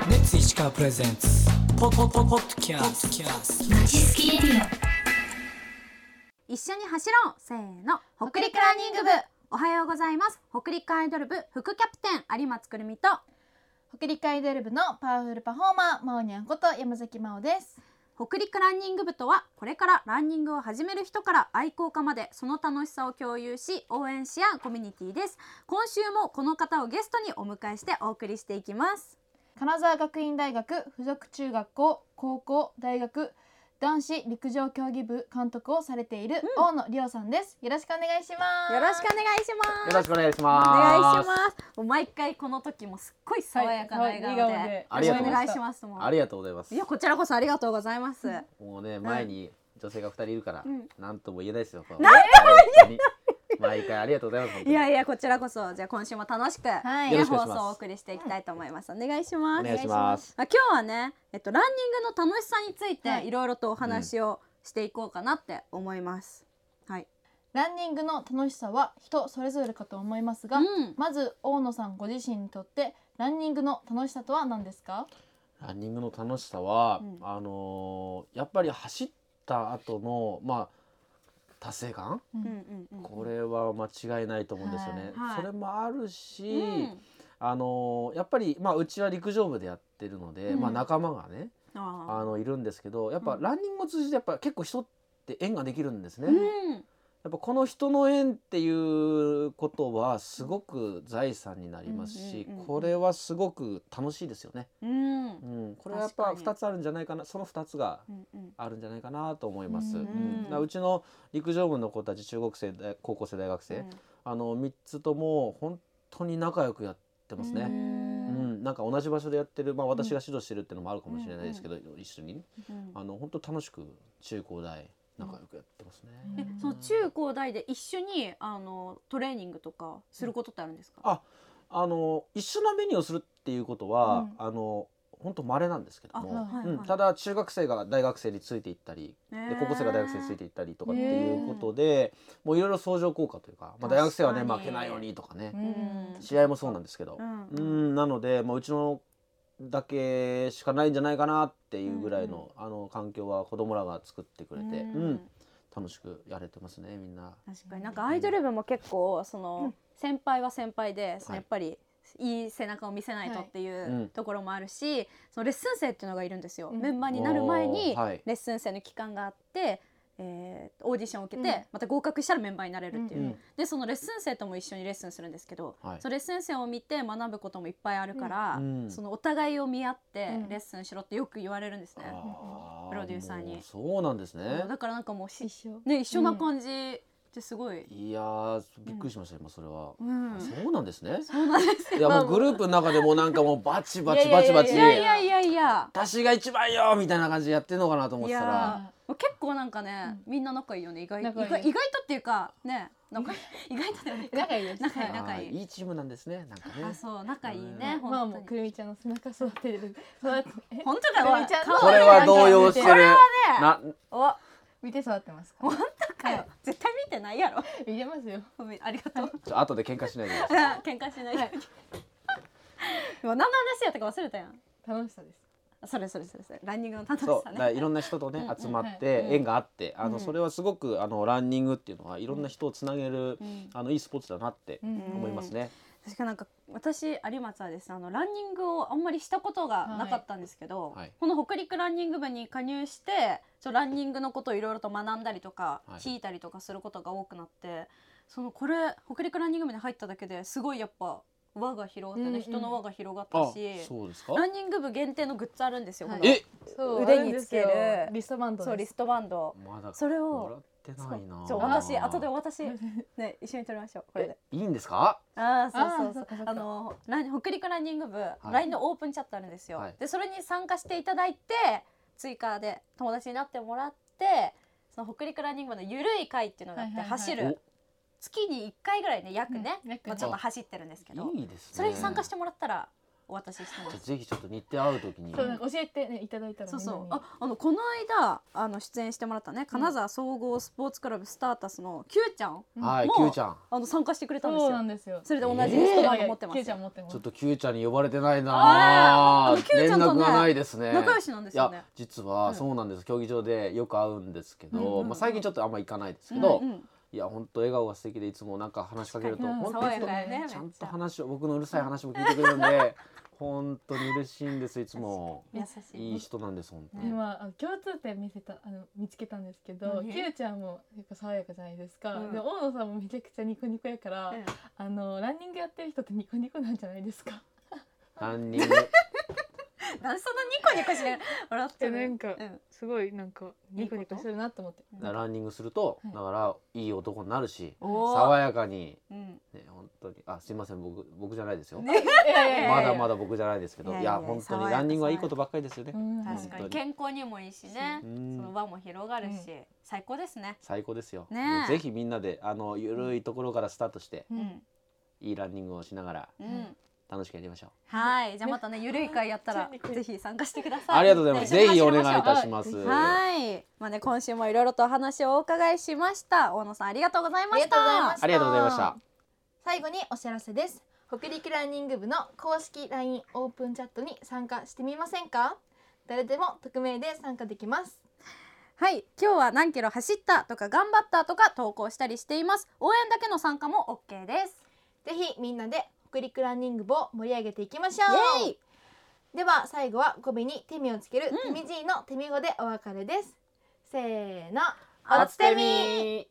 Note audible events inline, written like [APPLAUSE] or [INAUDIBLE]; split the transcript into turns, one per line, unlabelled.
ープレゼンツポポポポッドキャスト
一緒に走ろうせーの北陸ランニング部おはようございます北陸アイドル部副キャプテン有松くるみと
北陸アイドル部のパワフルパフォーマーまおにゃんこと山崎まおです
北陸ランニング部とはこれからランニングを始める人から愛好家までその楽しさを共有し応援し合うコミュニティです今週もこの方をゲストにお迎えしてお送りしていきます
金沢学院大学附属中学校高校大学男子陸上競技部監督をされている大野りおさんですよろしくお願いします
よろしくお願いし
よ
ま
ろ
す
しくお願いし
お
ます。
願いしますもう毎回この時もすっごい爽やかな笑顔で,、
ありがとうご
お
ざ
願
い
いしますもう
ありがとうございます
い。やこちらこそありがとうございます
もうね、前に女性が二人いるから
うん、
なんとも言えないですよ。なんとも言えない。毎回ありがとうございます。本当
い
に
やいやこちらこそじゃあ今週も楽しく、
はい
ね
よろしくお
放
願いします
送をお送りしていきたいと思います、お願いします
お願いします。
まあ今日はねえっとランニングの楽しさについ
は
て
い
いろいろとお話をしていこうかなって思いますはい、
ランニングの楽しさは人それぞれかと思いますが、
うん
まず大野さんご自身にとってランニングの楽しさとは何ですか
ランニングの楽しさは
うん、
あのー、やっぱり走った後の、まあ。達成感、
うんうんうん
これは間違いないと思うんですよね
はい。
それもあるし。
うん
あのーやっぱり、まあ、うちは陸上部でやってるので、
うん
まあ、仲間がね
あ
あのいるんですけどやっぱ
うん
ランニングを通じてやっぱ結構人って縁ができるんですね、
ーう
や
ん
っぱこの人の縁っていうことはすごく財産になりますし、
うんうんうんうん
これはすごく楽しいですよね、
うん
うん、これはやっ
確
ぱ
かに
2つあるんじゃないかなその2つが
うんうん
あるんじゃないかなと思います、
う
うん
う
ん
ん
だからうちの陸上部の子たち中学生大高校生大学生、あの3つとも本当に仲良くやってますね、
うん
うん、なんか同じ場所でやってる、まあ、私が指導してるっていうのもあるかもしれないですけど、一緒に
うん
あの本当楽しく中高大仲良くやってますね。
うん
えその中高大で一緒にあのトレーニングとかすることってあるんですか、
ああの一緒のメニューをするっていうことは、あの本当稀なんですけど
あ
も、
はい
うん
はい
ただ中学生が大学生についていったり、で高校生が大学生についていったりとかっていうことで、もういろいろ相乗効果というか、まあ、大学生はね
確かに
負けないようにとかね、
ん
試合もそうなんですけど、
うん
うんなので、まあ、うちのだけしかないんじゃないかなっていうぐらいの,、あの環境は子供らが作ってくれて、
うん
うん楽しくやれてますねみんな。
確かになんかアイドル部も結構その、
うん
先輩は先輩で、その
はい
やっぱりいい背中を見せないとっていう、
はいうん
ところもあるし、そのレッスン生っていうのがいるんですよ、
うん
メンバーになる前
お
に
ーはい
レッスン生の期間があって、えーオーディションを受けて、
うん
また合格したらメンバーになれるっていう、
うん
うん
でそのレッスン生とも一緒にレッスンするんですけど、
はい
そのレッスン生を見て学ぶこともいっぱいあるから、
うん
そのお互いを見合って
うん
レッスンしろってよく言われるんですね、
あー
プロデューサーに
もうそうなんですね
そう。だからなんかもうし
一緒
ね一緒な感じってすごい、
いやーびっくりしました、今それは、
うん
あそうなんですね。
そうなんです
いやもうグループの中でもなんかもうバチバチバチバチ
いやいやいやいや
私が一番よみたいな感じでやってんのかなと思ってた
い
ら
やもう結構なんかね、みんな仲いいよね意外意
仲いい
外意外とっていうかねなんか意外とではないか
仲いいです
仲いい
は
仲
あーいいチームなんですねなんか
あ
ね。
そう仲いいね
ね
まあ
本当
もう
に
くるみちゃんの背中育てる育て [LAUGHS] え
本当か
くる
よ
みちゃんの
これは動揺してる。
これ
な
お
見て育ってますか
本当かよ絶対見てないやろ
見てますよ
ごめんありがとう
[LAUGHS]
ちょ後で喧嘩しないでください。
喧嘩しないでもう何の話やったか忘れたやん
楽しさです
それそれそれそれランニングの楽し
そう
さ
だ
ね
からいろんな人とね集まって
うん
縁があってあ
うん
のそれはすごくあのランニングっていうのはいろんな人をつなげる
うん
あのいいスポーツだなって思いますね。
確かなんか私有松はですねあのランニングをあんまりしたことがなかったんですけど、
はいはい
この北陸ランニング部に加入してちょランニングのことをいろいろと学んだりとか、
はい
聞いたりとかすることが多くなってそのこれ北陸ランニング部に入っただけですごいやっぱ輪が広がったね、
うんうん
人の輪が広がっ
あ
たし
そうですか。
ランニング部限定のグッズあるんですよ。
はい
この
え
そう
腕につける
あんですよリストバンド
そうリ
です
ストバンド
まだ
それ
もら
を
ってないな。
そう私後でお渡し
[LAUGHS]
ね一緒に撮りましょうこれで。
いいんですか。
ああそうそうそう
あーそっかそっか
あのラン北陸ランニング部、
い
LINE のオープンチャットあるんですよ、
はい
でそれに参加していただいて追加で友達になってもらってその北陸ランニング部のゆるい会っていうのがあって、
はいはいはい
走る月に1回ぐらいね約ね、
うん約ね
まあ、ちょっと走ってるんですけど
いいですね。
それに参加してもらったらお渡ししてま
じゃあ
す。
ぜひちょっと日程合う時に
そうなんか教えてねいただいたら、ね、
そうそう
みんなに
ああのこの間あの出演してもらったね金沢総合スポーツクラブスタータスの Q ちゃん
はい
もう
Q ちゃん
あの参加してくれたんです
そう
よ
な。んですよ
それで同じ
えー
レストランを持ってます
ケイちゃん持ってま
ち
す
ょっと Q ちゃんに呼ばれてない
あ
な
ー
あ
あの Q ちゃんとね
連絡がないですね
仲良しなんです
い
よね
や。実はそうなんです、競技場でよく会うんですけど、
うんうんうん
まあ、最近ちょっとあんま行かないですけ
うん
ど、
うん
いや本当笑顔が素敵でいつもなんか話しかけると
確かに
本当
爽や
に
かやね。
ちゃ
め
ん
っち
と
ゃ
話を僕のうるさい話も聞いてくれる
[LAUGHS]
んで本当に嬉しいんですいつも
優しい。
いい人なんです本当に、
ね
今あの共通点見せたあの見つけたんですけど
何
キュウちゃんもやっぱ爽やかじゃないですか、
うん
で大野さんもめちゃくちゃニコニコやから、
うん
あのランニングやってる人ってニコニコなんじゃないです [LAUGHS] か
ランニング
なんでそんなニコニコしながら笑ってる。
なんか
うん
すごいなんかニコニコしてるなと思って
だからランニングすると、
はい
だからいい男になるし
おー
爽やかに
うん
ね本当にあすいません僕僕じゃないです
[LAUGHS]
よ、
いやいやいやいや
まだまだ僕じゃないですけどい
い
や
やいや
本当
爽や
に
か
ランニングはいいことばっかりですよね、
うん
確かに健康にもいいしね。
う
そ
ん
の輪も広がるし、最高ですね。
最高ですよ、
ねえ
ぜひみんなであのゆるいところからスタートして、
う
うん
ん。
いいランニングをしながら
うん。
楽しくやりましょう、
はい。じゃあまたね、ゆるい会やったら
めっちゃ、憎い
ぜひ参加してください。
ありがとうございます、
ね
ぜひお願いいたしま
一
す
緒に走りましょう
はい。まあね、今週もいろいろとお話をお伺いしました。大野さん、ありがとうございま
あり
し
がとうございま
た
す。
ありがとうございました
最後にお知らせです北陸ランニング部の公式 LINE オープンチャットに参加してみませんか誰でも匿名で参加できます
はい。今日は何キロ走ったとか、頑張ったとか投稿したりしています。応援だけの参加も OK です。
ぜひみんなで北陸ランニング部を盛り上げていきましょう
イエーイ
では最後は語尾に手みをつける手みじいの手み語でお別れです、せーの
おつて
み
み